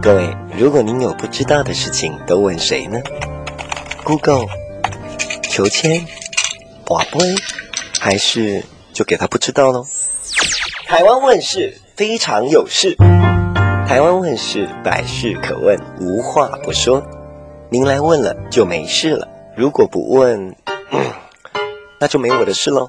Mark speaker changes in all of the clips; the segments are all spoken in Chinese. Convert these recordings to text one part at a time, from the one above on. Speaker 1: 各位，如果您有不知道的事情，都问谁呢？Google、求签、宝贝，还是就给他不知道喽？台湾问世非常有事，台湾问世百事可问，无话不说。您来问了就没事了，如果不问，嗯那就没我的事喽。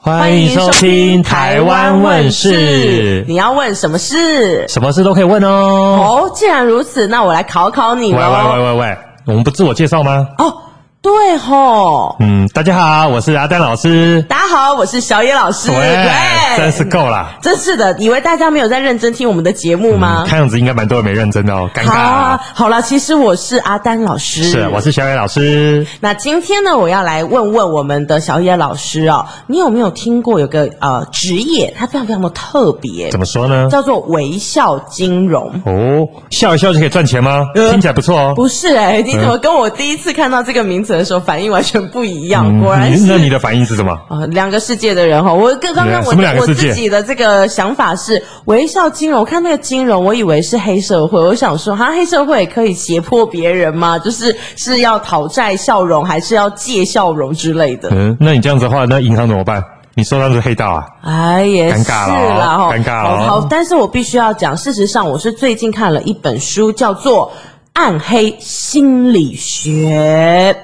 Speaker 2: 欢迎收听《台湾问事
Speaker 3: 你》，要问什么事？
Speaker 2: 什么事都可以问哦。
Speaker 3: 哦，既然如此，那我来考考你
Speaker 2: 喂喂喂
Speaker 3: 喽。
Speaker 2: 喂喂，我们不自我介绍吗？
Speaker 3: 哦，对吼，
Speaker 2: 嗯，大家好，我是阿丹老师。
Speaker 3: 大家好，我是小野老师。
Speaker 2: 真是够啦！
Speaker 3: 真是的，以为大家没有在认真听我们的节目吗？
Speaker 2: 看样子应该蛮多人没认真的哦，尴
Speaker 3: 好
Speaker 2: 尬
Speaker 3: 啊
Speaker 2: 啊。，
Speaker 3: 好了，其实我是阿丹老师，
Speaker 2: 是，我是小野老师。
Speaker 3: 那今天呢，我要来问问我们的小野老师哦，你有没有听过有个呃职业，它非常非常的特别
Speaker 2: 怎，么说呢？
Speaker 3: 叫做微笑金融？
Speaker 2: 哦，笑一笑就可以赚钱吗？
Speaker 3: 呃
Speaker 2: 听起来不错哦。
Speaker 3: 不是哎、你怎么跟我第一次看到这个名词的时候反应完全不一样？果然
Speaker 2: 嗯你
Speaker 3: 是
Speaker 2: 那你的反应是什么？
Speaker 3: 啊，两个世界的人哈，我刚刚刚
Speaker 2: 对
Speaker 3: 我
Speaker 2: 什么两个
Speaker 3: 我
Speaker 2: 世界
Speaker 3: 自己的这个想法是微笑金融，我看那个金融，我以为是黑社会，我想说哈，黑社会可以胁迫别人吗？就是是要讨债笑容，还是要借笑容之类的？
Speaker 2: 嗯，那你这样子的话，那银行怎么办？你说他是黑道啊？
Speaker 3: 哎，也
Speaker 2: 尴
Speaker 3: 是
Speaker 2: 尬了哦
Speaker 3: 啦，吼
Speaker 2: 尴尬了哦
Speaker 3: 好，好但是我必须要讲，事实上我是最近看了一本书，叫做《暗黑心理学》。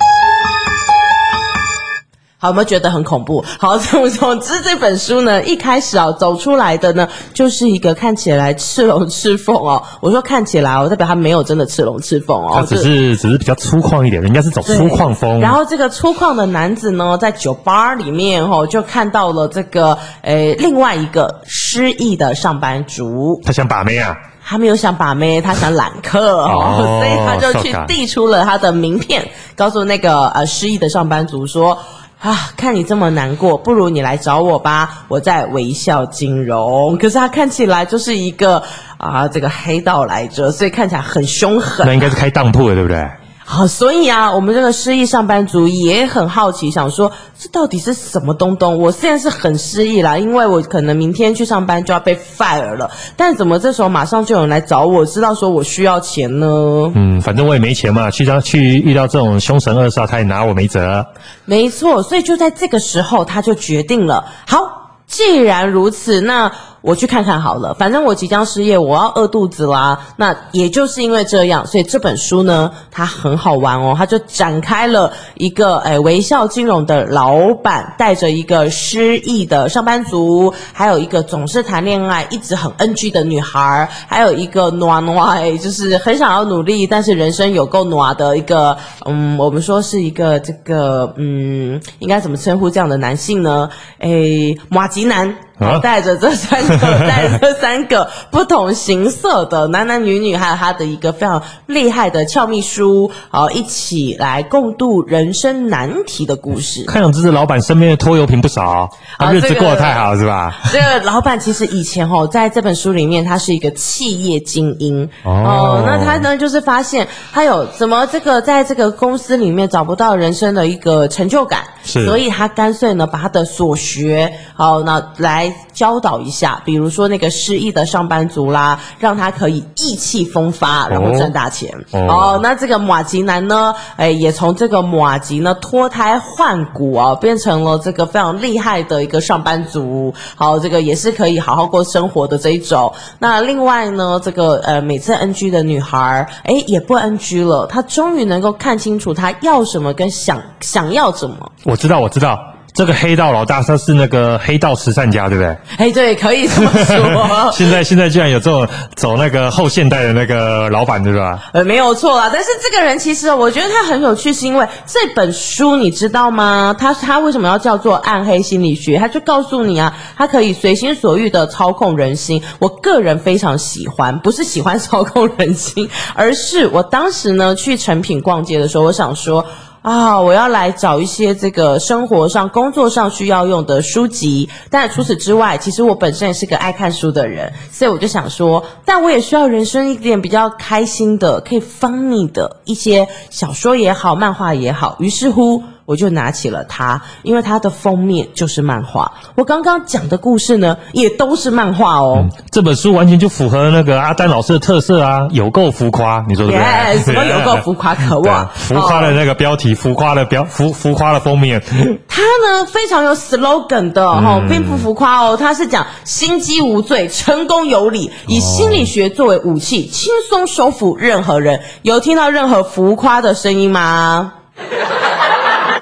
Speaker 3: 好，有没有觉得很恐怖？好，总总之这本书呢，一开始啊走出来的呢，就是一个看起来赤龙赤凤哦。我说看起来哦，代表他没有真的赤龙赤凤哦，
Speaker 2: 他只
Speaker 3: 就是
Speaker 2: 只是比较粗犷一点，人家是走粗犷风。
Speaker 3: 然后这个粗犷的男子呢，在酒吧里面吼、就看到了这个诶另外一个失忆的上班族，
Speaker 2: 他想把妹啊？
Speaker 3: 他没有想把妹，他想揽客、哦，
Speaker 2: 哦
Speaker 3: 所以他就去
Speaker 2: 受感
Speaker 3: 递出了他的名片，告诉那个呃失忆的上班族说。啊，看你这么难过，不如你来找我吧，我在微笑金融。可是他看起来就是一个啊，这个黑道来着，所以看起来很凶狠
Speaker 2: 那。应该是开当铺的，对不对？
Speaker 3: 好，所以啊，我们这个失忆上班族也很好奇，想说这到底是什么东东？我虽然是很失忆啦，因为我可能明天去上班就要被 fire 了，但怎么这时候马上就有人来找我，知道说我需要钱呢？
Speaker 2: 嗯，反正我也没钱嘛，去当去遇到这种凶神恶煞，他也拿我没辙。
Speaker 3: 没错，所以就在这个时候，他就决定了，好。既然如此，那我去看看好了。反正我即将失业，我要饿肚子啦。那也就是因为这样，所以这本书呢，它很好玩哦。它就展开了一个诶、微笑金融的老板带着一个失意的上班族，还有一个总是谈恋爱一直很 NG 的女孩，还有一个暖暖，诶就是很想要努力，但是人生有够暖的一个，嗯，我们说是一个这个，嗯，应该怎么称呼这样的男性呢？诶，马吉男。
Speaker 2: 啊
Speaker 3: 带着这三个，带着这三个不同形色的男男女女，还有他的一个非常厉害的俏秘书，好一起来共度人生难题的故事。
Speaker 2: 看样子这老板身边的拖油瓶不少、哦，他、
Speaker 3: 啊
Speaker 2: 日子
Speaker 3: 这个
Speaker 2: 过得太好、是吧？
Speaker 3: 这个老板其实以前哦，在这本书里面，他是一个企业精英
Speaker 2: 哦
Speaker 3: 哦那他呢，就是发现他有怎么这个在这个公司里面找不到人生的一个成就感，
Speaker 2: 是
Speaker 3: 所以他干脆呢把他的所学好那来教导一下，比如说那个失意的上班族啦，让他可以意气风发，然后赚大钱。
Speaker 2: 哦
Speaker 3: 哦那这个马吉男呢，哎，也从这个马吉呢脱胎换骨啊，变成了这个非常厉害的一个上班族。好，这个也是可以好好过生活的这一种。那另外呢，这个呃每次 NG 的女孩儿，哎，也不 NG 了，她终于能够看清楚她要什么跟想想要什么。
Speaker 2: 我知道，我知道，这个黑道老大他是那个黑道慈善家，对不对？
Speaker 3: 哎，对，可以这么 说。
Speaker 2: 现在现在居然有这种走那个后现代的那个老板，对吧？
Speaker 3: 呃，没有错啦。但是这个人其实我觉得他很有趣，是因为这本书你知道吗？他他为什么要叫做暗黑心理学？他就告诉你啊，他可以随心所欲的操控人心。我个人非常喜欢，不是喜欢操控人心，而是我当时呢去成品逛街的时候，我想说。啊，我要来找一些这个生活上、工作上需要用的书籍。但除此之外，其实我本身也是个爱看书的人，所以我就想说，但我也需要人生一点比较开心的、可以 funny 的一些小说也好、漫画也好。于是乎，我就拿起了它，因为它的封面就是漫画。我刚刚讲的故事呢，也都是漫画哦。
Speaker 2: 这本书完全就符合那个阿丹老师的特色啊，有够浮夸，你说对不
Speaker 3: 耶，
Speaker 2: 对？
Speaker 3: 什么有够浮夸，哦渴
Speaker 2: 对
Speaker 3: 望
Speaker 2: 啊浮夸的那个标题，浮夸的标浮浮夸的封面，
Speaker 3: 他呢非常有 slogan 的哦，并不浮夸哦，他是讲心机无罪，成功有理，以心理学作为武器，轻松收服任何人。有听到任何浮夸的声音吗？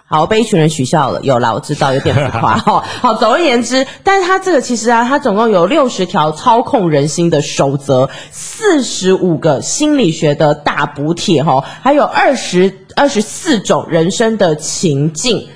Speaker 3: 好，被一群人取笑了。有啦，我知道有点 浮夸哦。好，总而言之，但是它这个其实啊，它总共有六十条操控人心的守则，四十五个心理学的大补帖哈、哦，还有二十二十四种人生的情境。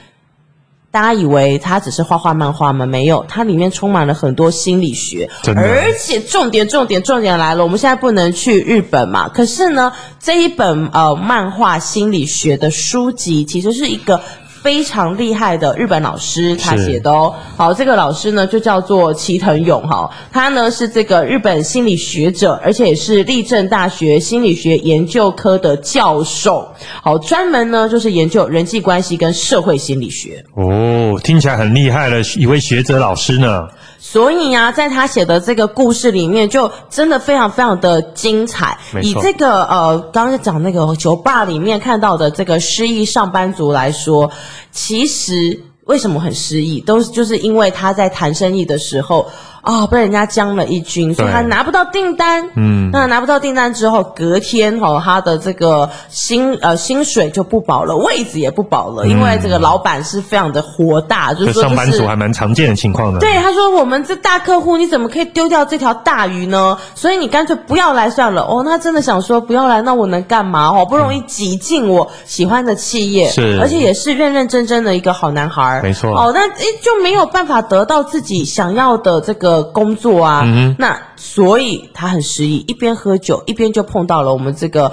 Speaker 3: 大家以为它只是画画漫画吗？没有，它里面充满了很多心理学，
Speaker 2: 真的
Speaker 3: 而且重点重点重点来了，我们现在不能去日本嘛。可是呢，这一本呃漫画心理学的书籍，其实是一个。非常厉害的日本老师，他
Speaker 2: 是
Speaker 3: 写的哦。好，这个老师呢就叫做齐藤勇哈，他呢是这个日本心理学者，而且也是立正大学心理学研究科的教授。好，专门呢就是研究人际关系跟社会心理学。
Speaker 2: 哦，听起来很厉害的一位学者老师呢。
Speaker 3: 所以啊，在他写的这个故事里面，就真的非常非常的精彩。
Speaker 2: 没错
Speaker 3: 以这个呃，刚刚讲那个酒吧里面看到的这个失意上班族来说，其实为什么很失意，都是就是因为他在谈生意的时候啊、被人家将了一军，所以他
Speaker 2: 对
Speaker 3: 拿不到订单。嗯，那拿不到订单之后，隔天哦，他的这个薪呃薪水就不保了，位置也不保了，因为这个老板是非常的火大，就是
Speaker 2: 这
Speaker 3: 说、就是、
Speaker 2: 嗯上班族还蛮常见的情况的。
Speaker 3: 对，他说我们这大客户，你怎么可以丢掉这条大鱼呢？所以你干脆不要来算了。哦，那真的想说不要来，那我能干嘛？好不容易挤进我喜欢的企业，
Speaker 2: 是
Speaker 3: 而且也是认认真真的一个好男孩儿，
Speaker 2: 没错
Speaker 3: 哦，那诶就没有办法得到自己想要的这个工作啊。
Speaker 2: 嗯
Speaker 3: 那所以他很失意，一边喝酒一边就碰到了我们这个。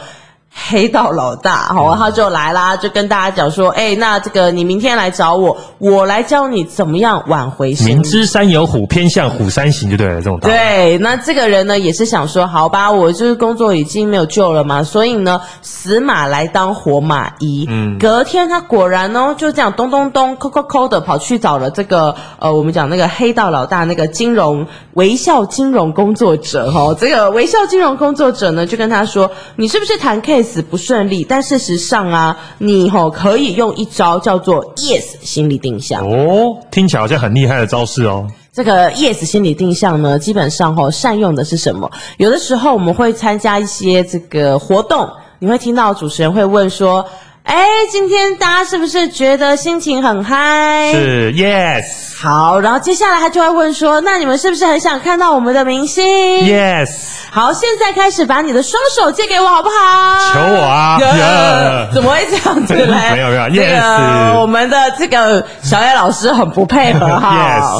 Speaker 3: 黑道老大，好，他就来啦，就跟大家讲说，哎、那这个你明天来找我，我来教你怎么样挽回心意。
Speaker 2: 明知山有虎，偏向虎山行，就对了，这种道理。
Speaker 3: 对，那这个人呢也是想说，好吧，我就是工作已经没有救了嘛，所以呢，死马来当活马医。嗯，隔天他果然呢就这样咚咚咚、扣扣扣的跑去找了这个呃，我们讲那个黑道老大那个金融微笑金融工作者哦，这个微笑金融工作者呢就跟他说，你是不是谈 case 不顺利？但事实上啊，你吼、可以用一招叫做 yes 心理定向。
Speaker 2: 哦，听起来好像很厉害的招式哦。
Speaker 3: 这个 yes 心理定向呢，基本上吼、善用的是什么？有的时候我们会参加一些这个活动，你会听到主持人会问说：“哎，今天大家是不是觉得心情很嗨？”
Speaker 2: 是 yes
Speaker 3: 好，然后接下来他就会问说：“那你们是不是很想看到我们的明星
Speaker 2: yes，
Speaker 3: 好，现在开始把你的双手借给我好不好？
Speaker 2: 求我啊
Speaker 3: 呀
Speaker 2: Yeah？
Speaker 3: 怎么会这样子嘞
Speaker 2: 没有没有
Speaker 3: 这个
Speaker 2: Yes
Speaker 3: 我们的这个小野老师很不配合 哈。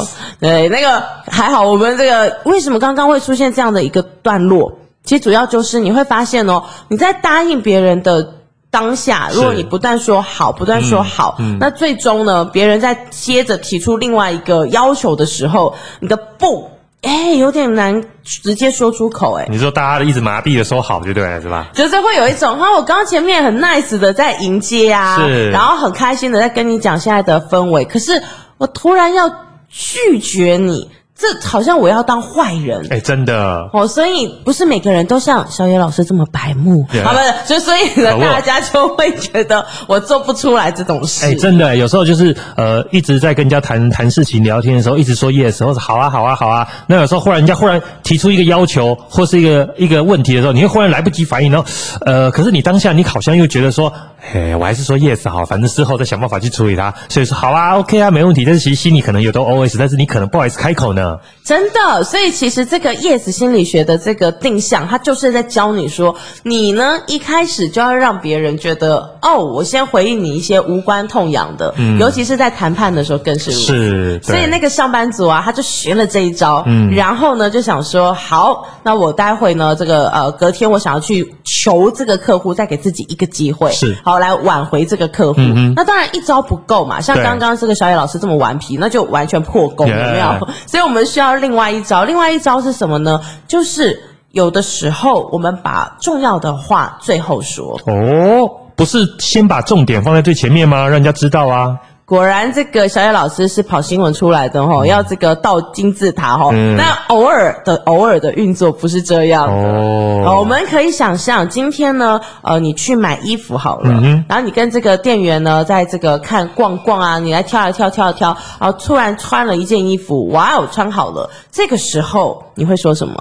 Speaker 2: Yes
Speaker 3: 对，那个还好，我们这个为什么刚刚会出现这样的一个段落？其实主要就是你会发现哦，你在答应别人的。当下，如果
Speaker 2: 是
Speaker 3: 你不断说好，不断说好，
Speaker 2: 嗯
Speaker 3: 那最终呢，别人在接着提出另外一个要求的时候，你的不，哎，有点难直接说出口，哎，
Speaker 2: 你说大家一直麻痹的说好就对了，是吧？
Speaker 3: 就是会有一种，哈，我刚刚前面很 nice 的在迎接啊，
Speaker 2: 是
Speaker 3: 然后很开心的在跟你讲现在的氛围，可是我突然要拒绝你，这好像我要当坏人。
Speaker 2: 哎，真的，
Speaker 3: 哦，所以不是每个人都像小野老师这么白目
Speaker 2: Yeah
Speaker 3: 好不是，就所以呢
Speaker 2: 可，恶
Speaker 3: 大家就会觉得我做不出来这种事。
Speaker 2: 哎，真的，有时候就是呃，一直在跟人家谈谈事情、聊天的时候，一直说 yes，或者好啊、好啊、好啊。那有时候忽然人家忽然提出一个要求或是一个一个问题的时候，你会忽然来不及反应，然后呃，可是你当下你好像又觉得说，哎，我还是说 yes 好，反正事后再想办法去处理它。所以说好啊，OK 啊，没问题。但是其实心里可能有都 OS，但是你可能不好意思开口呢。
Speaker 3: 真的，所以其实这个 yes 心理学的这个定向，它就是在教你说，你呢一开始就要让别人觉得，哦，我先回应你一些无关痛痒的，尤其是在谈判的时候更是如此。
Speaker 2: 是，
Speaker 3: 所以
Speaker 2: 对嗯
Speaker 3: 那个上班族啊，他就学了这一招，然后呢就想说，好，那我待会呢，这个呃，隔天我想要去求这个客户，再给自己一个机会，
Speaker 2: 是嗯
Speaker 3: 好来挽回这个客户。那当然一招不够嘛，像
Speaker 2: 对
Speaker 3: 刚刚这个小野老师这么顽皮，那就完全破功了，有没
Speaker 2: Yeah
Speaker 3: 有？ 所以我们需要另外一招，另外一招是什么呢？就是有的时候我们把重要的话最后说。
Speaker 2: 哦，不不是先把重点放在最前面吗？让人家知道啊。
Speaker 3: 果然，这个小野老师是跑新闻出来的吼，要这个到金字塔吼。
Speaker 2: 嗯
Speaker 3: 那偶尔的偶尔的运作不是这样的。
Speaker 2: 哦
Speaker 3: 呃我们可以想象，今天呢，呃，你去买衣服好了，
Speaker 2: 嗯哼
Speaker 3: 然后你跟这个店员呢，在这个看逛逛啊，你来挑来挑挑来挑，然后哦突然穿了一件衣服，哇哦，穿好了。这个时候你会说什么？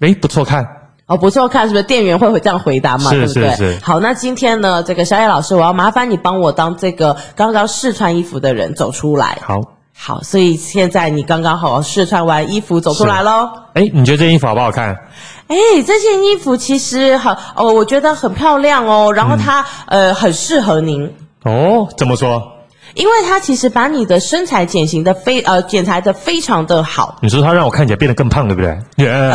Speaker 2: 诶，不错看，
Speaker 3: 哦，不错看，是不是？店员会会这样回答嘛？
Speaker 2: 是
Speaker 3: 对不对？
Speaker 2: 是是
Speaker 3: 好，那今天呢，这个小野老师，我要麻烦你帮我当这个刚刚试穿衣服的人走出来。
Speaker 2: 好。
Speaker 3: 好，所以现在你刚刚好试穿完衣服走出来喽。
Speaker 2: 诶，你觉得这件衣服好不好看？
Speaker 3: 哎，这件衣服其实很哦，我觉得很漂亮哦，然后它、呃很适合您。
Speaker 2: 哦，怎么说？
Speaker 3: 因为它其实把你的身材减型的非呃剪裁的非常的好，
Speaker 2: 你说它让我看起来变得更胖，对不对？呃，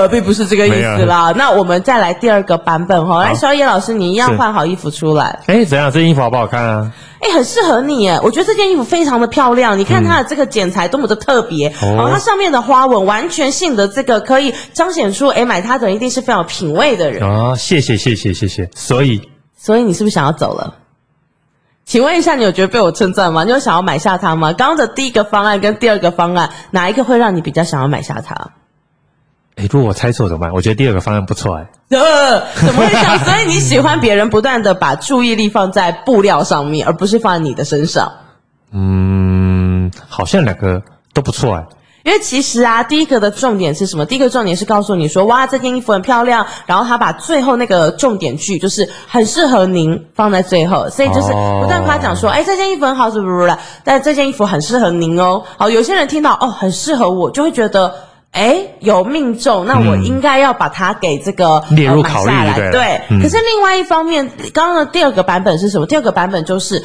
Speaker 3: 呃，并不是这个意思啦。那我们再来第二个版本哈、哦，来小野老师，你一样
Speaker 2: 是
Speaker 3: 换好衣服出来。
Speaker 2: 诶，哎怎样？这件衣服好不好看啊？
Speaker 3: 哎，很适合你哎！我觉得这件衣服非常的漂亮，你看它的这个剪裁多么的特别，
Speaker 2: 哦
Speaker 3: 然后它上面的花纹完全性的这个可以彰显出，哎，买它的人一定是非常有品味的人。
Speaker 2: 啊、谢谢谢谢谢谢。所以
Speaker 3: 所以你是不是想要走了？请问一下，你有觉得被我称赞吗？你有想要买下它吗？刚刚的第一个方案跟第二个方案，哪一个会让你比较想要买下它？
Speaker 2: 诶，哎如果我猜错怎么办？我觉得第二个方案不错诶。哎
Speaker 3: 呃，怎么会这样？所 以你喜欢别人不断的把注意力放在布料上面，而不是放在你的身上。
Speaker 2: 嗯，好像两个都不错诶。哎
Speaker 3: 因为其实啊，第一个的重点是什么？第一个重点是告诉你说，哇，这件衣服很漂亮。然后他把最后那个重点句，就是很适合您，放在最后。所以就是
Speaker 2: 哦
Speaker 3: 不断夸奖说，哎、这件衣服很好，什么什么的。但这件衣服很适合您哦。好，有些人听到哦，很适合我，就会觉得。哎，有命中，那我应该要把它给这个、
Speaker 2: 列入
Speaker 3: 呃买
Speaker 2: 考
Speaker 3: 下
Speaker 2: 虑
Speaker 3: 来
Speaker 2: 对不
Speaker 3: 对
Speaker 2: 对嗯
Speaker 3: 可是另外一方面，刚刚的第二个版本是什么？第二个版本就是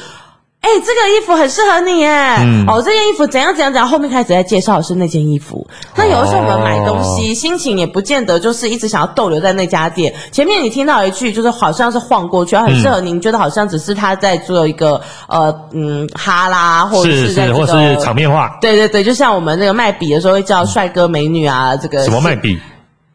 Speaker 3: 哎、这个衣服很适合你耶！
Speaker 2: 嗯
Speaker 3: 哦，这件衣服怎样怎样怎样，后面开始在介绍的是那件衣服。那有的时候我们买东
Speaker 2: 哦
Speaker 3: 西，心情也不见得就是一直想要逗留在那家店。前面你听到一句，就是好像是晃过去，很适合您，觉得好像只是他在做一个呃嗯哈啦，或者
Speaker 2: 是
Speaker 3: 在
Speaker 2: 是，
Speaker 3: 这
Speaker 2: 或
Speaker 3: 个
Speaker 2: 是场面化？
Speaker 3: 对对对，就像我们那个卖笔的时候会叫帅哥美女啊，这个
Speaker 2: 什么卖笔？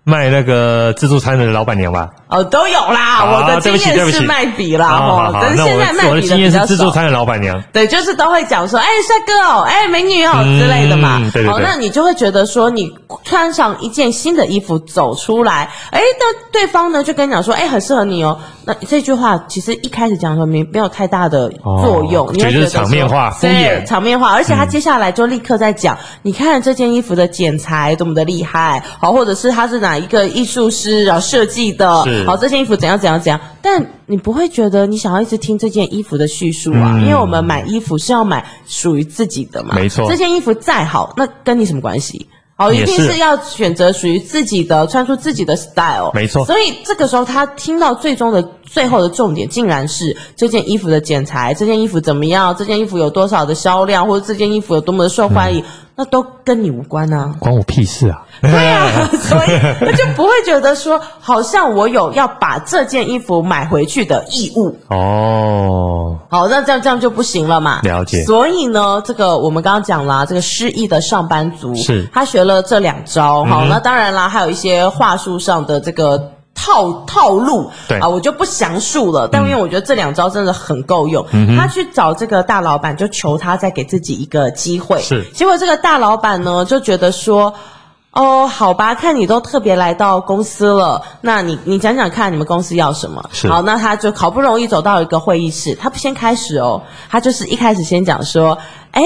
Speaker 2: 卖那个自助餐的老板娘吧？
Speaker 3: 哦都有啦。
Speaker 2: 啊
Speaker 3: 我的
Speaker 2: 对
Speaker 3: 经
Speaker 2: 不起对
Speaker 3: 验
Speaker 2: 不起啊
Speaker 3: 是卖笔啦，
Speaker 2: 好好
Speaker 3: 哦
Speaker 2: 好，，
Speaker 3: 但是
Speaker 2: 那
Speaker 3: 现在
Speaker 2: 我
Speaker 3: 卖
Speaker 2: 我的
Speaker 3: 笔的
Speaker 2: 经
Speaker 3: 比
Speaker 2: 验是
Speaker 3: 较
Speaker 2: 自助
Speaker 3: 少。
Speaker 2: 餐的老板娘。
Speaker 3: 对，就是都会讲说，哎、帅哥哦，哎、美女哦、
Speaker 2: 嗯
Speaker 3: 之类的嘛。
Speaker 2: 对对对
Speaker 3: 哦，那你就会觉得说，你穿上一件新的衣服走出来，哎，那对方呢就跟你讲说，哎、很适合你哦。那这句话其实一开始讲说没没有太大的作用，
Speaker 2: 哦
Speaker 3: 你
Speaker 2: 觉
Speaker 3: 会觉
Speaker 2: 得
Speaker 3: 得
Speaker 2: 是场面话
Speaker 3: 说
Speaker 2: 敷衍嗯
Speaker 3: 对场面化，而且他接下来就立刻在讲，你看这件衣服的剪裁多么的厉害，好，或者是他是哪一个艺术师然后设计的
Speaker 2: 是，
Speaker 3: 好，这件衣服怎样怎样怎样，但你不会觉得你想要一直听这件衣服的叙述啊，
Speaker 2: 嗯
Speaker 3: 因为我们买衣服是要买属于自己的嘛，
Speaker 2: 没错
Speaker 3: 这件衣服再好，那跟你什么关系？哦，一
Speaker 2: 也
Speaker 3: 定
Speaker 2: 是
Speaker 3: 是要选择属于自己的，穿出自己的 style。
Speaker 2: 没错
Speaker 3: 所以这个时候，他听到最终的最后的重点，竟然是这件衣服的剪裁，这件衣服怎么样，这件衣服有多少的销量，或者这件衣服有多么的受欢
Speaker 2: 嗯
Speaker 3: 迎，那都跟你无关啊。
Speaker 2: 关我屁事啊！
Speaker 3: 对啊，所以他就不会觉得说，好像我有要把这件衣服买回去的义务。
Speaker 2: 哦，
Speaker 3: 好，那这样这样就不行了嘛。
Speaker 2: 了解
Speaker 3: 所以呢，这个我们刚刚讲啦，这个失意的上班族，
Speaker 2: 是嗯
Speaker 3: 他学了这两招。好，那当然啦，还有一些话术上的这个。套套路，
Speaker 2: 对嗯
Speaker 3: 啊，我就不详述了。但因为我觉得这两招真的很够用，他去找这个大老板，就求他再给自己一个机会。
Speaker 2: 是
Speaker 3: 结果这个大老板呢，就觉得说，哦，好吧，看你都特别来到公司了，那你你讲讲看，你们公司要什么？
Speaker 2: 是
Speaker 3: 好，那他就好不容易走到一个会议室，他不先开始哦，他就是一开始先讲说，哎。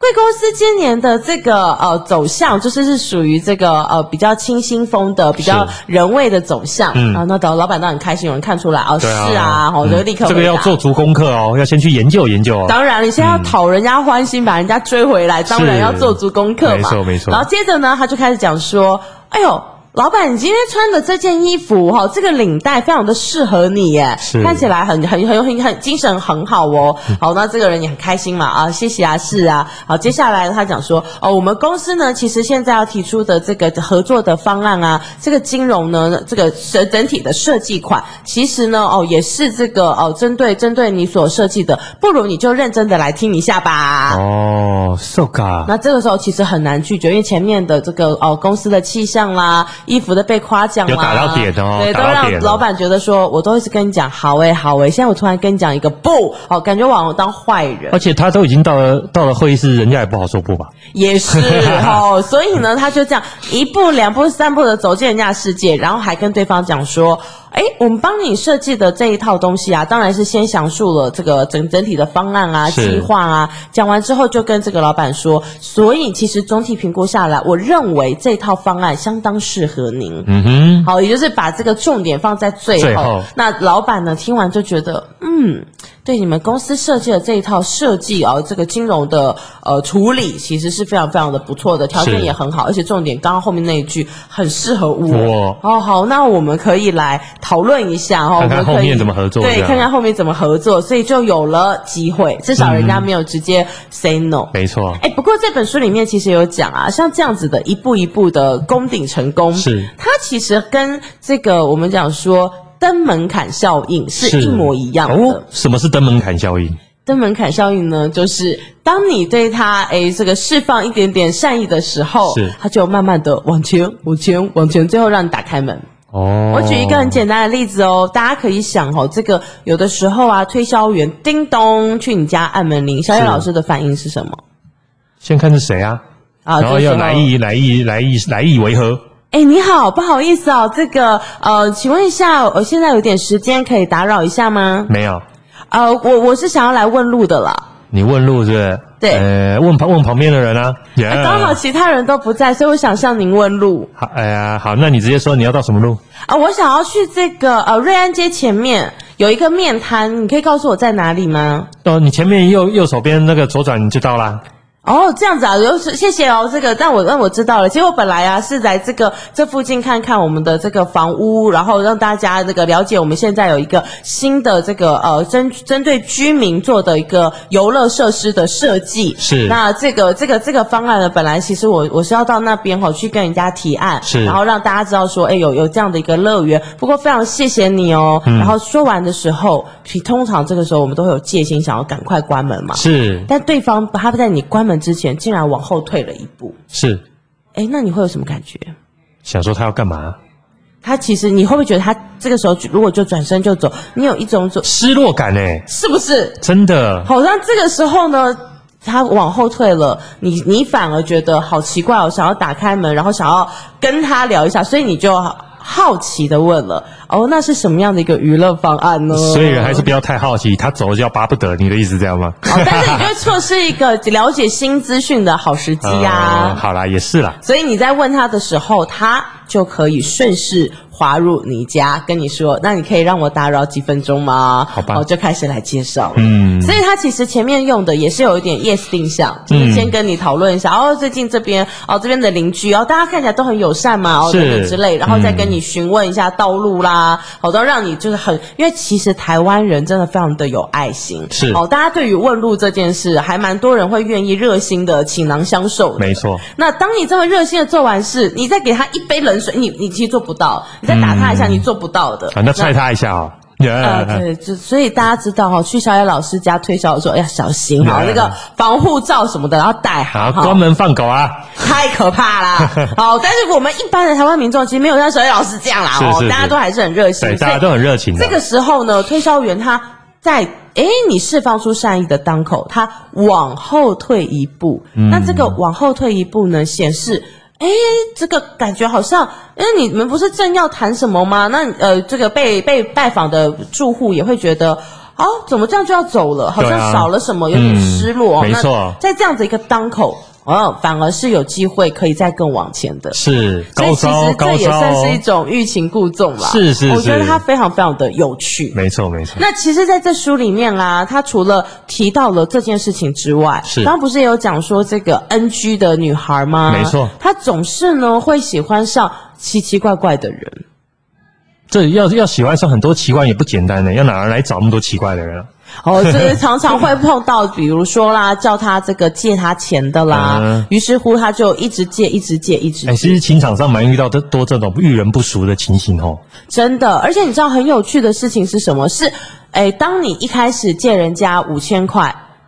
Speaker 3: 贵公司今年的这个呃走向，就是是属于这个呃比较清新风的、比较
Speaker 2: 是
Speaker 3: 人味的走向。
Speaker 2: 嗯
Speaker 3: 啊，那老老板当然很开心，有人看出来哦，
Speaker 2: 对啊，
Speaker 3: 是啊，我、
Speaker 2: 嗯
Speaker 3: 就立刻
Speaker 2: 这个
Speaker 3: 回
Speaker 2: 要
Speaker 3: 答
Speaker 2: 做足功课哦，要先去研究研究哦。
Speaker 3: 当然，你现在要讨人家欢心，把人家追回来，当然要做足功课嘛。
Speaker 2: 没错没错
Speaker 3: 然后接着呢，他就开始讲说：“哎呦。”老板，你今天穿的这件衣服哈，这个领带非常的适合你耶
Speaker 2: 是，嗯
Speaker 3: 看起来很很很很很精神很好哦。好，那这个人也很开心嘛啊，谢谢啊，是啊。好，接下来他讲说哦，我们公司呢，其实现在要提出的这个合作的方案啊，这个金融呢，这个整整体的设计款，其实呢哦也是这个哦针对针对你所设计的，不如你就认真的来听一下吧。
Speaker 2: 哦，so ga，
Speaker 3: 呃那这个时候其实很难拒绝，因为前面的这个哦公司的气象啦，衣服的被夸奖啦，
Speaker 2: 有打到点哦
Speaker 3: 对，都
Speaker 2: 打到
Speaker 3: 让
Speaker 2: 点哦
Speaker 3: 老板觉得说，我都一直跟你讲好诶、好诶、现在我突然跟你讲一个不，哦，感觉网红当坏人。
Speaker 2: 而且他都已经到了到了会议室，人家也不好说不吧？
Speaker 3: 也是哦，所以呢，他就这样一步、两步、三步的走进人家的世界，然后还跟对方讲说：“哎，我们帮你设计的这一套东西啊，当然是先详述了这个整整体的方案啊、
Speaker 2: 是
Speaker 3: 计划啊。讲完之后，就跟这个老板说，所以其实总体评估下来，我认为这套方案相当适合您。
Speaker 2: 嗯哼，
Speaker 3: 好，也就是把这个重点放在最后。
Speaker 2: 最后
Speaker 3: 那老板呢，听完就觉得，嗯，对你们公司设计的这一套设计哦，这个金融的呃处理，其实是非常非常的不错的，条件
Speaker 2: 是
Speaker 3: 也很好，而且重点刚刚后面那一句很适合我
Speaker 2: 我。
Speaker 3: 哦，好，那我们可以来讨论一下哦，
Speaker 2: 看看
Speaker 3: 我们可以
Speaker 2: 后面怎么合作这
Speaker 3: 对，
Speaker 2: 样
Speaker 3: 看看后面怎么合作，所以就有了机会，至少人
Speaker 2: 嗯
Speaker 3: 家没有直接 say no。
Speaker 2: 没错，
Speaker 3: 哎，不过这本书里面其实有讲啊，像这样子的一步一步的攻顶成功，
Speaker 2: 是
Speaker 3: 它其实跟这个我们讲说登门槛效应是一模一样的。
Speaker 2: 哦。什么是登门槛效应？
Speaker 3: 登门槛效应呢，就是当你对它哎这个释放一点点善意的时候
Speaker 2: 是，
Speaker 3: 它就慢慢的往前、往前、往前，最后让你打开门。
Speaker 2: 哦，
Speaker 3: 我举一个很简单的例子哦，大家可以想哦，这个有的时候啊，推销员叮咚去你家按门铃，小野
Speaker 2: 是
Speaker 3: 老师的反应是什么？
Speaker 2: 先看是谁啊，
Speaker 3: 啊
Speaker 2: 然后
Speaker 3: 这时
Speaker 2: 要
Speaker 3: 候
Speaker 2: 来意来意来意来意为何？
Speaker 3: 哎，你好，不好意思哦，这个呃，请问一下，我现在有点时间，可以打扰一下吗？
Speaker 2: 没有，
Speaker 3: 呃，我我是想要来问路的啦。
Speaker 2: 你问路是不是？
Speaker 3: 对
Speaker 2: 呃，问旁问旁边的人啊。耶
Speaker 3: 呃刚好其他人都不在，所以我想向您问路
Speaker 2: 好，哎呀，好，那你直接说你要到什么路？
Speaker 3: 啊、我想要去这个呃瑞安街前面有一个面摊，你可以告诉我在哪里吗？
Speaker 2: 哦，你前面右右手边那个左转就到啦。
Speaker 3: 哦，这样子啊，就是谢谢哦，这个让我让我知道了。结果本来啊是来这个这附近看看我们的这个房屋，然后让大家这个了解我们现在有一个新的这个呃针针对居民做的一个游乐设施的设计。
Speaker 2: 是
Speaker 3: 那这个这个这个方案呢，本来其实我我是要到那边哈、去跟人家提案，
Speaker 2: 是
Speaker 3: 然后让大家知道说，哎有有这样的一个乐园。不过非常谢谢你哦。
Speaker 2: 嗯
Speaker 3: 然后说完的时候，其通常这个时候我们都会有戒心，想要赶快关门嘛。
Speaker 2: 是
Speaker 3: 但对方他在你关门之前，竟然往后退了一步，
Speaker 2: 是，
Speaker 3: 哎，那你会有什么感觉？
Speaker 2: 想说他要干嘛？
Speaker 3: 他其实你会不会觉得他这个时候如果就转身就走，你有一种种
Speaker 2: 失落感哎、
Speaker 3: 是不是？
Speaker 2: 真的。
Speaker 3: 好像这个时候呢，他往后退了，你你反而觉得好奇怪哦，想要打开门，然后想要跟他聊一下，所以你就好奇的问了，哦，那是什么样的一个娱乐方案呢？
Speaker 2: 所以人还是不要太好奇，他走了就要巴不得，你的意思这样吗？
Speaker 3: 哦，但是你就会错失一个了解新资讯的好时机啊呀、
Speaker 2: 嗯好啦，也是啦，
Speaker 3: 所以你在问他的时候，他就可以顺势滑入你家，跟你说：“那你可以让我打扰几分钟吗？”
Speaker 2: 好吧
Speaker 3: 哦，就开始来介绍了。
Speaker 2: 嗯
Speaker 3: 所以他其实前面用的也是有一点 yes 定向，
Speaker 2: 嗯
Speaker 3: 就是先跟你讨论一下，哦，最近这边哦这边的邻居哦，大家看起来都很友善嘛，哦
Speaker 2: 是嗯
Speaker 3: 等等之类，然后再跟你询问一下道路啦，好、都让你就是很，因为其实台湾人真的非常的有爱心，
Speaker 2: 是
Speaker 3: 哦，大家对于问路这件事，还蛮多人会愿意热心的倾囊相授的，
Speaker 2: 没错，啊
Speaker 3: 那当你这么热心的做完事，你再给他一杯冷水，你你其实做不到，你再打他一下，你做不到的。
Speaker 2: 嗯啊，那踹他一下哦。耶
Speaker 3: 呃，对，就所以大家知道哈、哦，去小野老师家推销的时候要小心哈、
Speaker 2: 嗯
Speaker 3: 那个防护罩什么的要戴好
Speaker 2: 好，
Speaker 3: 哈，
Speaker 2: 关门放狗啊！
Speaker 3: 太可 怕啦。好，但是我们一般的台湾民众其实没有像小野老师这样啦，
Speaker 2: 是
Speaker 3: 哦，
Speaker 2: 是是
Speaker 3: 大家都还是很热心，
Speaker 2: 对，
Speaker 3: 所
Speaker 2: 大
Speaker 3: 以
Speaker 2: 家都很热情的。
Speaker 3: 这个时候呢，推销员他在诶，你释放出善意的当口，他往后退一步。
Speaker 2: 嗯
Speaker 3: 那这个往后退一步呢，显示诶，这个感觉好像，因为你们不是正要谈什么吗？那呃，这个被被拜访的住户也会觉得。哦，怎么这样就要走了？好
Speaker 2: 对
Speaker 3: 像
Speaker 2: 啊
Speaker 3: 少了什么，有点
Speaker 2: 嗯
Speaker 3: 失落、哦。
Speaker 2: 没
Speaker 3: 那
Speaker 2: 错
Speaker 3: 在这样的一个当口，哦，反而是有机会可以再更往前的。
Speaker 2: 是
Speaker 3: 所
Speaker 2: 高
Speaker 3: 以其
Speaker 2: 招
Speaker 3: 实，这
Speaker 2: 高
Speaker 3: 也
Speaker 2: 招
Speaker 3: 算是一
Speaker 2: 哦，
Speaker 3: 种欲擒故纵啦。
Speaker 2: 是是
Speaker 3: 我觉得
Speaker 2: 是
Speaker 3: 它非常非常的有趣。
Speaker 2: 没错没错，
Speaker 3: 那其实，在这书里面啊，他除了提到了这件事情之外，
Speaker 2: 是
Speaker 3: 刚刚不是也有讲说这个 NG 的女孩吗？
Speaker 2: 没错
Speaker 3: 她总是呢会喜欢上奇奇怪怪的人。
Speaker 2: 这要要喜欢上很多奇怪也不简单的，要哪儿来找那么多奇怪的人啊？
Speaker 3: 哦， 就是常常会碰到，比如说啦，叫他这个借他钱的啦，
Speaker 2: 嗯
Speaker 3: 于是乎他就一直借，一直借，一直借
Speaker 2: 哎，其实情场上蛮遇到的多这种遇人不淑的情形哦。
Speaker 3: 真的，而且你知道很有趣的事情是什么？是，哎，当你一开始借人家五千块，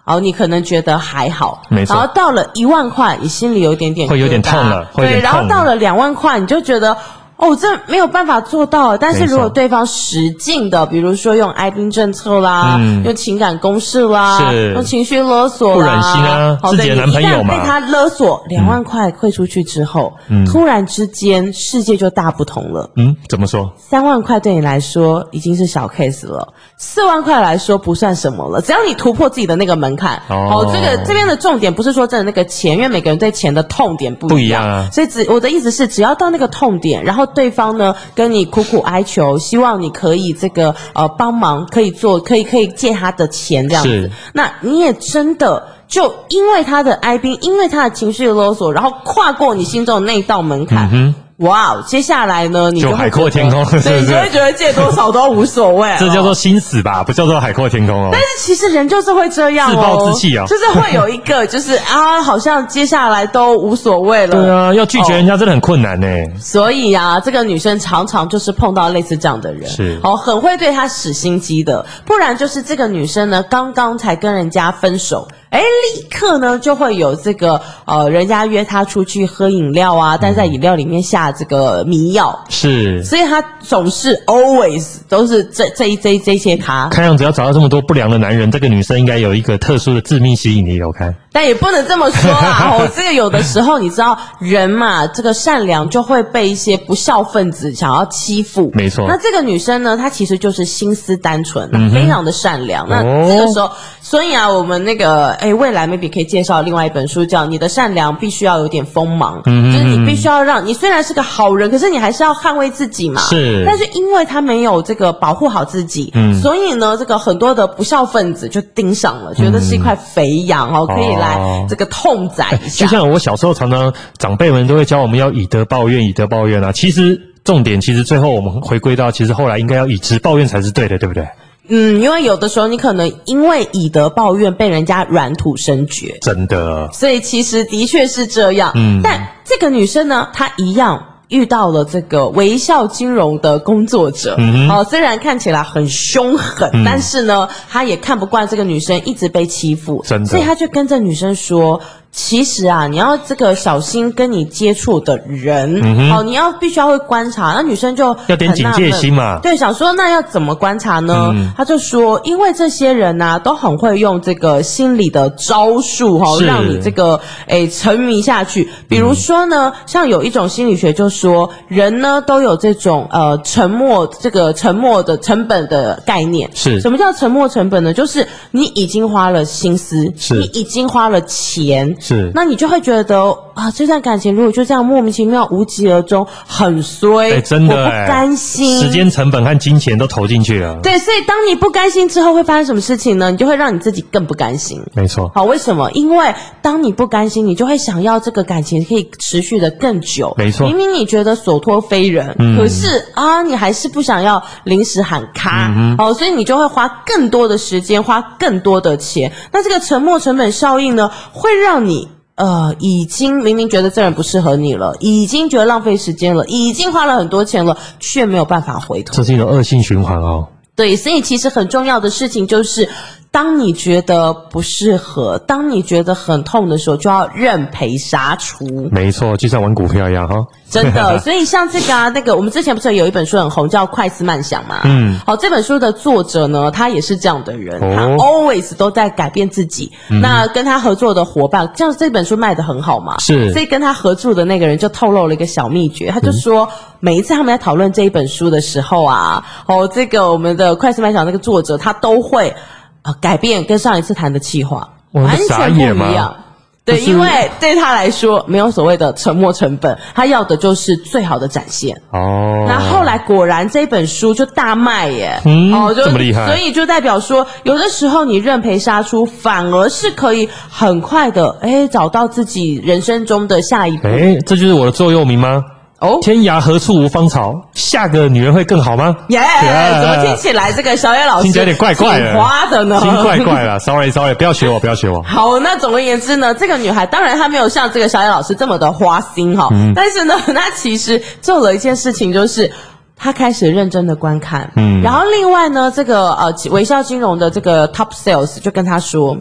Speaker 3: 然后你可能觉得还好，
Speaker 2: 没错
Speaker 3: 然后到了一万块，你心里有一点点
Speaker 2: 会有点
Speaker 3: 疙瘩
Speaker 2: 痛了会有
Speaker 3: 对，
Speaker 2: 点
Speaker 3: 然后
Speaker 2: 痛
Speaker 3: 到
Speaker 2: 了
Speaker 3: 了两万块，你就觉得。哦，这没有办法做到。啊但是
Speaker 2: 没错
Speaker 3: 如果对方实境的，比如说用哀兵政策啦，
Speaker 2: 嗯
Speaker 3: 用情感攻势啦，
Speaker 2: 是
Speaker 3: 用情绪勒索啦，
Speaker 2: 不忍心啊
Speaker 3: 好
Speaker 2: 自己的男朋友嘛嗯
Speaker 3: 你一旦被他勒索两万块汇出去之后，突然之间世界就大不同了。
Speaker 2: 嗯，怎么说？
Speaker 3: 三万块对你来说已经是小 case 了，四万块来说不算什么了。只要你突破自己的那个门槛，
Speaker 2: 哦
Speaker 3: 这个这边的重点不是说真的那个钱，因为每个人对钱的痛点不
Speaker 2: 不
Speaker 3: 一
Speaker 2: 一样
Speaker 3: 样
Speaker 2: 啊
Speaker 3: 所以只我的意思是，只要到那个痛点，然后对方呢跟你苦苦哀求，希望你可以这个呃帮忙，可以做，可以可以借他的钱这样
Speaker 2: 是
Speaker 3: 子，那你也真的。就因为他的哀兵，因为他的情绪勒索，然后跨过你心中的那一道门槛，哇、哦！接下来呢，你
Speaker 2: 嗯就
Speaker 3: 会
Speaker 2: 海阔
Speaker 3: 觉
Speaker 2: 天
Speaker 3: 得
Speaker 2: 空 是
Speaker 3: 对，
Speaker 2: 不
Speaker 3: 你
Speaker 2: 是。
Speaker 3: 就会觉得借多少都无所谓哦
Speaker 2: 这叫做心死吧，不叫做海阔天空哦。
Speaker 3: 但是其实人就是会这样、哦，
Speaker 2: 自暴自弃啊
Speaker 3: 就是会有一个，就是啊，好像接下来都无所谓了。
Speaker 2: 对啊，要拒绝人
Speaker 3: 哦
Speaker 2: 家真的很困难呢。
Speaker 3: 所以啊，这个女生常常就是碰到类似这样的人，
Speaker 2: 是
Speaker 3: 哦，很会对她使心机的。不然就是这个女生呢，刚刚才跟人家分手，哎，立刻呢就会有这个呃，人家约她出去喝饮料啊，
Speaker 2: 嗯
Speaker 3: 但在饮料里面下这个迷药，
Speaker 2: 是，
Speaker 3: 所以她总是 always 都是这这一这一这些咖。
Speaker 2: 看样子要找到这么多不良的男人，这个女生应该有一个特殊的致命吸引力。我看，
Speaker 3: 但也不能这么说 啦。哦，这个有的时候你知道，人嘛，这个善良就会被一些不孝分子想要欺负。
Speaker 2: 没错嗯
Speaker 3: 那这个女生呢，她其实就是心思单纯啊，非常的善良。那
Speaker 2: 哦
Speaker 3: 这个时候，所以啊，我们那个哎，未来 maybe 可以介绍另外一本书，叫《你的善良必须要有点锋芒》，
Speaker 2: 嗯
Speaker 3: 就是你必须要让你虽然是个好人，可是你还是要捍卫自己嘛。
Speaker 2: 是嗯
Speaker 3: 但是因为他没有这个保护好自己，所以呢，这个很多的不孝分子就盯上了，觉得是一块肥羊哦，可以来这个痛宰一下。
Speaker 2: 就像我小时候常常长辈们都会教我们要以德报怨，以德报怨啊。其实重点其实最后我们回归到，其实后来应该要以直报怨才是对的，对不对？
Speaker 3: 嗯，因为有的时候你可能因为以德报怨被人家软土生绝，
Speaker 2: 真的，
Speaker 3: 所以其实的确是这样。嗯，但这个女生呢，她一样。遇到了这个微笑金融的工作者，
Speaker 2: 嗯
Speaker 3: 哦，虽然看起来很凶狠，但是呢，她也看不惯这个女生一直被欺负，
Speaker 2: 真的
Speaker 3: 所以她就跟这女生说。其实啊，你要这个小心跟你接触的人，哦，你要必须要会观察。那女生就
Speaker 2: 嗯要点
Speaker 3: 很纳
Speaker 2: 警戒
Speaker 3: 闷
Speaker 2: 心嘛
Speaker 3: 对，想说那要怎么观察呢？
Speaker 2: 嗯
Speaker 3: 他就说，因为这些人呐、都很会用这个心理的招数哈、哦，
Speaker 2: 是
Speaker 3: 让你这个诶沉迷下去。比如说呢，像有一种心理学就说，人呢都有这种呃沉默这个沉默的成本的概念。
Speaker 2: 是
Speaker 3: 什么叫沉没成本呢？就是你已经花了心思，
Speaker 2: 是
Speaker 3: 你已经花了钱，
Speaker 2: 是
Speaker 3: 那你就会觉得啊，这段感情如果就这样莫名其妙无疾而终，很衰，
Speaker 2: 哎、真的、
Speaker 3: 我不
Speaker 2: 哎
Speaker 3: 甘心，
Speaker 2: 时间成本和金钱都投进去了。
Speaker 3: 对，所以当你不甘心之后，会发生什么事情呢？你就会让你自己更不甘心。
Speaker 2: 没错，
Speaker 3: 好，为什么？因为当你不甘心，你就会想要这个感情可以持续的更久。
Speaker 2: 没错嗯
Speaker 3: 明明你觉得所托非人，可是啊，你还是不想要临时喊咔。
Speaker 2: 嗯
Speaker 3: 好，所以你就会花更多的时间，花更多的钱。那这个沉没成本效应呢，会让你。呃，已经明明觉得这人不适合你了，已经觉得浪费时间了，已经花了很多钱了，却没有办法回头。
Speaker 2: 这是一种恶性循环哦。
Speaker 3: 对，所以其实很重要的事情就是，当你觉得不适合，当你觉得很痛的时候，就要认赔杀出。
Speaker 2: 没错，就像玩股票一样哈、
Speaker 3: 真的， 所以像这个啊，那个我们之前不是有一本书很红，叫《快思慢想》嘛？
Speaker 2: 嗯，
Speaker 3: 好，这本书的作者呢，他也是这样的人，
Speaker 2: 哦嗯
Speaker 3: 他 always 都在改变自己。那跟他合作的伙伴，像这本书卖的很好嘛，
Speaker 2: 是嗯
Speaker 3: 所以跟他合作的那个人就透露了一个小秘诀，他就说，每一次他们在讨论这一本书的时候啊，哦，这个我们的《快思慢想》那个作者，他都会呃改变跟上一次谈的计划，
Speaker 2: 哇
Speaker 3: 完
Speaker 2: 傻
Speaker 3: 全
Speaker 2: 眼
Speaker 3: 不
Speaker 2: 吗
Speaker 3: 一样。对，
Speaker 2: 就是
Speaker 3: 因为对他来说没有所谓的沉没成本，他要的就是最好的展现。
Speaker 2: 哦。
Speaker 3: 那后来果然这本书就大卖耶，哦
Speaker 2: 嗯
Speaker 3: 就
Speaker 2: 这么厉害
Speaker 3: 所以就代表说，有的时候你认赔杀出，反而是可以很快的，哎，找到自己人生中的下一步。
Speaker 2: 哎，这就是我的座右铭吗？
Speaker 3: 哦，
Speaker 2: 天涯何处无芳草，下个女人会更好吗？哎
Speaker 3: 耶、
Speaker 2: Yeah
Speaker 3: 怎么听起来这个小野老师
Speaker 2: 听起来有点怪怪的，
Speaker 3: 挺花的呢，
Speaker 2: 听怪怪了。Sorry Sorry，不要学我，不要学我。
Speaker 3: 好，那总而言之呢，这个女孩当然她没有像这个小野老师这么的花心哈、但是呢， 她其实做了一件事情，就是。她开始认真的观看，嗯，然后另外呢，这个呃微笑金融的这个 Top Sales 就跟她说，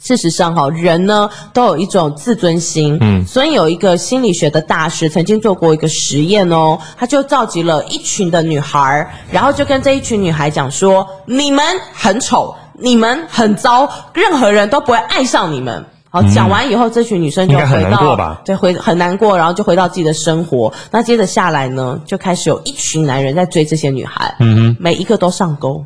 Speaker 3: 事实上哈，人呢都有一种自尊心，嗯，所以有一个心理学的大师曾经做过一个实验哦，他就召集了一群的女孩儿，然后就跟这一群女孩讲说：你们很丑，你们很糟，任何人都不会爱上你们。好，讲完以后，这群女生
Speaker 2: 嗯
Speaker 3: 就
Speaker 2: 应该很
Speaker 3: 回
Speaker 2: 难过
Speaker 3: 到
Speaker 2: 吧
Speaker 3: 对，回很难过，然后就回到自己的生活。那接着下来呢，就开始有一群男人在追这些女孩，嗯每一个都上钩。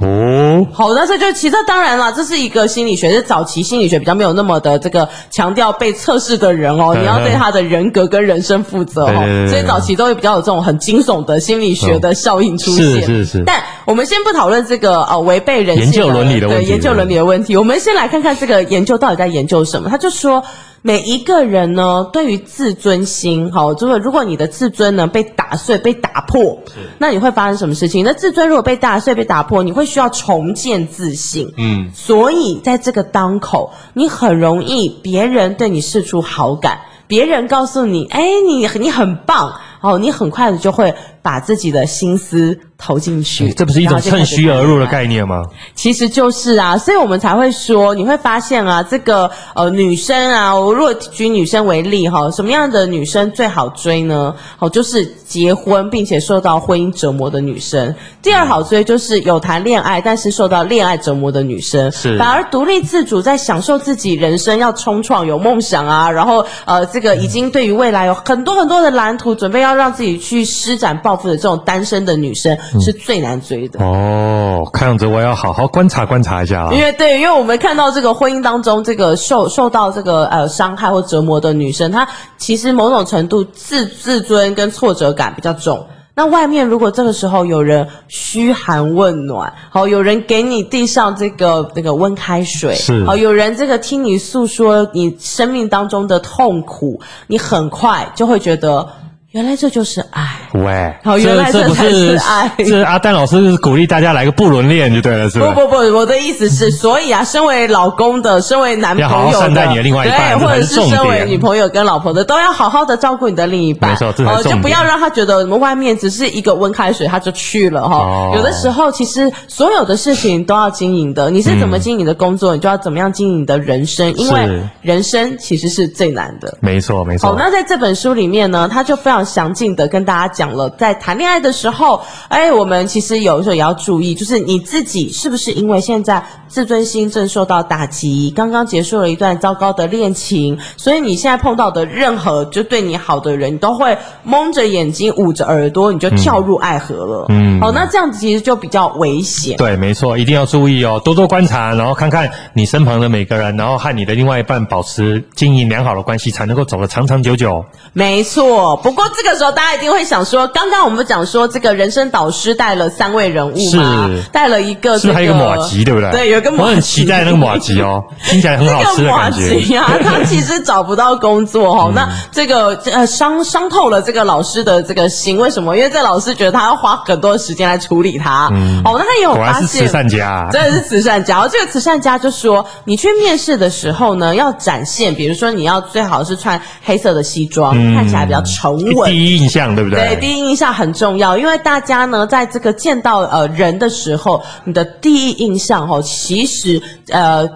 Speaker 2: 哦，
Speaker 3: 好，那这就其实当然了，这是一个心理学，是早期心理学比较没有那么的这个强调被测试的人哦，
Speaker 2: 嗯
Speaker 3: 你要对他的人格跟人生负责
Speaker 2: 对对对
Speaker 3: 哦，
Speaker 2: 对
Speaker 3: 所以早期都会比较有这种很惊悚的心理学的效应出现。
Speaker 2: 是是是
Speaker 3: 但我们先不讨论这个呃违背人性
Speaker 2: 研究伦理的问题
Speaker 3: 对研究伦理的问题，我们先来看看这个研究到底在研究什么。他就说。每一个人呢，对于自尊心，好，就是如果你的自尊呢被打碎、被打破，那你会发生什么事情？那自尊如果被打碎、被打破，你会需要重建自信。
Speaker 2: 嗯，
Speaker 3: 所以在这个当口，你很容易别人对你示出好感，别人告诉你，哎，你你很棒，哦，你很快的就会把自己的心思投进去，
Speaker 2: 哎这不是一种
Speaker 3: 然后就开
Speaker 2: 趁
Speaker 3: 始
Speaker 2: 虚而入的
Speaker 3: 慢慢
Speaker 2: 概念吗？
Speaker 3: 其实就是啊，所以我们才会说，你会发现啊，这个呃女生啊，我如果举女生为例哈，什么样的女生最好追呢？好，就是结婚并且受到婚姻折磨的女生。第二好追就是有谈恋爱但是受到恋爱折磨的女生。
Speaker 2: 是
Speaker 3: 反而独立自主在享受自己人生，要冲创有梦想啊，然后呃这个已经对于未来有很多很多的蓝图，准备要让自己去施展抱负的这种单身的女生、是最难追的。
Speaker 2: 哦，看样子我要好好观察观察一下啊。
Speaker 3: 因为对，因为我们看到这个婚姻当中，这个受受到这个呃伤害或折磨的女生，她其实某种程度自自尊跟挫折感比较重。那外面如果这个时候有人嘘寒问暖，好，有人给你递上这个那个温开水，
Speaker 2: 是
Speaker 3: 好，有人这个听你诉说你生命当中的痛苦，你很快就会觉得原来这就是爱。
Speaker 2: 喂，
Speaker 3: 好原来
Speaker 2: 这
Speaker 3: 这
Speaker 2: 不
Speaker 3: 才
Speaker 2: 是
Speaker 3: 是爱
Speaker 2: 这阿丹老师是鼓励大家来个不伦恋就对了，是吧？
Speaker 3: 不不不，我的意思是，所以啊，身为老公的，身为男朋友的，
Speaker 2: 要好好善待你的另外一半
Speaker 3: 对，或者
Speaker 2: 这才是
Speaker 3: 是
Speaker 2: 重点
Speaker 3: 身为女朋友跟老婆的，都要好好的照顾你的另一半，哦
Speaker 2: 没错这才是重
Speaker 3: 就
Speaker 2: 点
Speaker 3: 不要让他觉得我们外面只是一个温开水，他就去了哈、
Speaker 2: 哦
Speaker 3: 有的时候，其实所有的事情都要经营的，你是怎么经营的工作，你就要怎么样经营你的人生，因为
Speaker 2: 嗯是
Speaker 3: 人生其实是最难的。
Speaker 2: 没错没
Speaker 3: 好
Speaker 2: 错，。
Speaker 3: 那在这本书里面呢，他就非常详尽的跟大家讲了，在谈恋爱的时候，哎，我们其实有时候也要注意，就是你自己是不是因为现在自尊心正受到打击，刚刚结束了一段糟糕的恋情，所以你现在碰到的任何就对你好的人，你都会蒙着眼睛、捂着耳朵，你就跳入爱河了。
Speaker 2: 嗯
Speaker 3: 好，那这样子其实就比较危险。
Speaker 2: 对，没错，一定要注意哦，多多观察，然后看看你身旁的每个人，然后和你的另外一半保持经营良好的关系，才能够走得长长久久。
Speaker 3: 没错，不过这个时候大家一定会想说，刚刚我们讲说这个人生导师带了三位人物嘛
Speaker 2: 是，
Speaker 3: 带了一个、
Speaker 2: 是不是
Speaker 3: 呃这个，
Speaker 2: 还有一个马吉，对不对？
Speaker 3: 对，有一个马吉，
Speaker 2: 我很期待那个马吉。哦，听起来很好
Speaker 3: 这
Speaker 2: 吃的
Speaker 3: 个马
Speaker 2: 感觉。嗯
Speaker 3: 吉啊，他其实找不到工作哦。那这个呃伤伤透了这个老师的这个心，为什么？因为这老师觉得他要花很多时间来处理他。哦，那他也有
Speaker 2: 嗯果然
Speaker 3: 发
Speaker 2: 是慈
Speaker 3: 现，
Speaker 2: 善家啊、
Speaker 3: 真的是慈善家。然后这个慈善家就说，你去面试的时候呢，要展现，比如说你要最好是穿黑色的西装，看起来比较沉稳。
Speaker 2: 嗯第一印象，对不对？
Speaker 3: 对，第一印象很重要，因为大家呢，在这个见到呃人的时候，你的第一印象哦，其实呃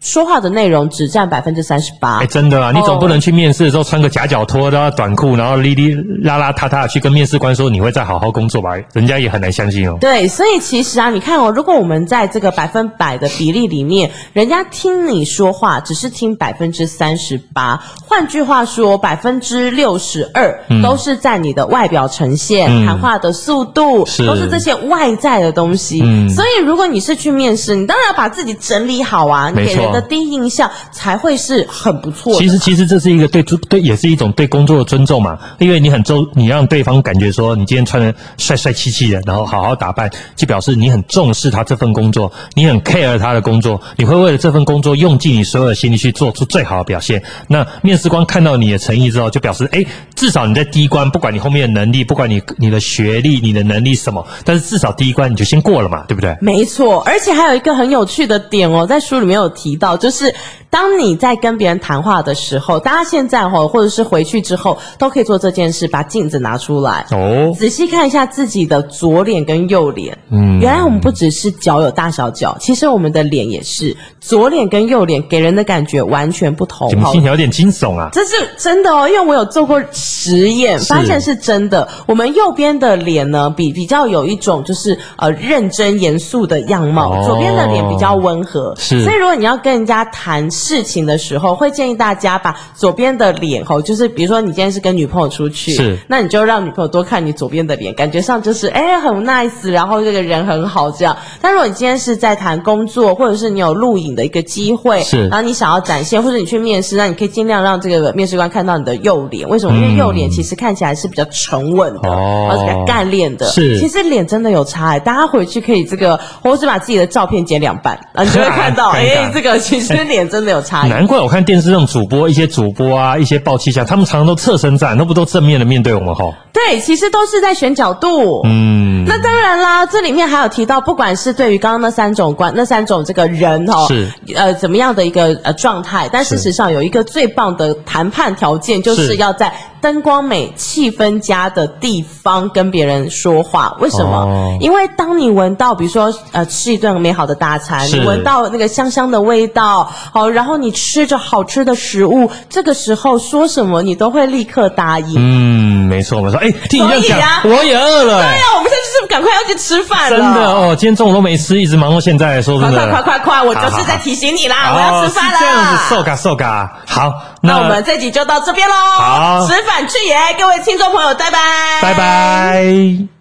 Speaker 3: 说话的内容只占百分之三十八
Speaker 2: 哎，。真的啊，你总
Speaker 3: 哦
Speaker 2: 不能去面试的时候穿个夹脚拖，然后短裤，然后哩哩啦啦遢遢地去跟面试官说你会再好好工作吧，人家也很难相信哦。
Speaker 3: 对，所以其实啊，你看哦，如果我们在这个百分百的比例里面，人家听你说话只是听百分之三十八，换句话说，百分之六十二都是在你的外表呈现、
Speaker 2: 嗯
Speaker 3: 谈话的速度，
Speaker 2: 是
Speaker 3: 都是这些外在的东西。
Speaker 2: 嗯
Speaker 3: 所以如果你是去面试，你当然要把自己整理好啊，你
Speaker 2: 没
Speaker 3: 给
Speaker 2: 错
Speaker 3: 人的第一印象才会是很不错的。
Speaker 2: 其实，其实这是一个对对，也是一种对工作的尊重嘛。因为你很重，你让对方感觉说你今天穿的帅帅气气的，然后好好打扮，就表示你很重视他这份工作，你很 care 他的工作，你会为了这份工作用尽你所有的心力去做出最好的表现。那面试官看到你的诚意之后，就表示，哎，至少你在第一关，不管你后面的能力，不管你你的学历、你的能力什么，但是至少第一关你就先过了嘛，对不对？
Speaker 3: 没错，而且还有一个很有趣的点哦，在书里面有提道，就是当你在跟别人谈话的时候，大家现在吼，或者是回去之后，都可以做这件事，把镜子拿出来，
Speaker 2: 哦，
Speaker 3: 仔细看一下自己的左脸跟右脸。
Speaker 2: 嗯
Speaker 3: 原来我们不只是脚有大小脚，其实我们的脸也是，左脸跟右脸给人的感觉完全不同。
Speaker 2: 怎么
Speaker 3: 好
Speaker 2: 听起来有点惊悚啊？
Speaker 3: 这是真的哦，因为我有做过实验，
Speaker 2: 是
Speaker 3: 发现是真的。我们右边的脸呢，比比较有一种就是呃认真严肃的样貌，
Speaker 2: 哦
Speaker 3: 左边的脸比较温和。
Speaker 2: 是
Speaker 3: 所以如果你要跟人家谈事情的时候，会建议大家把左边的脸吼，就是比如说你今天是跟女朋友出去，
Speaker 2: 是
Speaker 3: 那你就让女朋友多看你左边的脸，感觉上就是哎很 nice，然后这个人很好这样。但如果你今天是在谈工作，或者是你有录影的一个机会，
Speaker 2: 是
Speaker 3: 然后你想要展现，或者你去面试，那你可以尽量让这个面试官看到你的右脸。为什么？因为右脸其实看起来是比较沉稳的，
Speaker 2: 嗯哦
Speaker 3: 然后是比较干练的。
Speaker 2: 是
Speaker 3: 其实脸真的有差、欸，大家回去可以这个，或是把自己的照片剪两半，然后你就会看到，
Speaker 2: 尴尬
Speaker 3: 哎、这个其实脸真的有差异。
Speaker 2: 难怪我看电视上主播一些主播啊，一些爆气象，他们常常都侧身站，那不都正面的面对我们吼？
Speaker 3: 对，其实都是在选角度。
Speaker 2: 嗯，
Speaker 3: 那当然啦，这里面还有提到，不管是对于刚刚那三种观、那三种这个人哦，
Speaker 2: 是
Speaker 3: 呃怎么样的一个呃状态，但
Speaker 2: 是
Speaker 3: 事实上有一个最棒的谈判条件，就是是要在灯光美、气氛佳的地方跟别人说话。为什么？
Speaker 2: 哦
Speaker 3: 因为当你闻到，比如说呃吃一顿美好的大餐，
Speaker 2: 是
Speaker 3: 你闻到那个香香的味道，好、然后你吃着好吃的食物，这个时候说什么你都会立刻答应。
Speaker 2: 嗯，没错没错。哎、听你这样讲，
Speaker 3: 所以啊
Speaker 2: 我也饿了、
Speaker 3: 对
Speaker 2: 哎
Speaker 3: 呀、我们现在就是赶快要去吃饭了。
Speaker 2: 真的哦，今天中午都没吃，一直忙到现在。说
Speaker 3: 快
Speaker 2: 真的，
Speaker 3: 快快快快！我就
Speaker 2: 好
Speaker 3: 是在提醒你啦，
Speaker 2: 好
Speaker 3: 我要吃饭
Speaker 2: 哦是这样子，
Speaker 3: 啦。
Speaker 2: 瘦嘎瘦嘎。好，
Speaker 3: 那我们这集就到这边喽。
Speaker 2: 好
Speaker 3: 吃饭去也，各位听众朋友，拜拜。
Speaker 2: 拜。拜。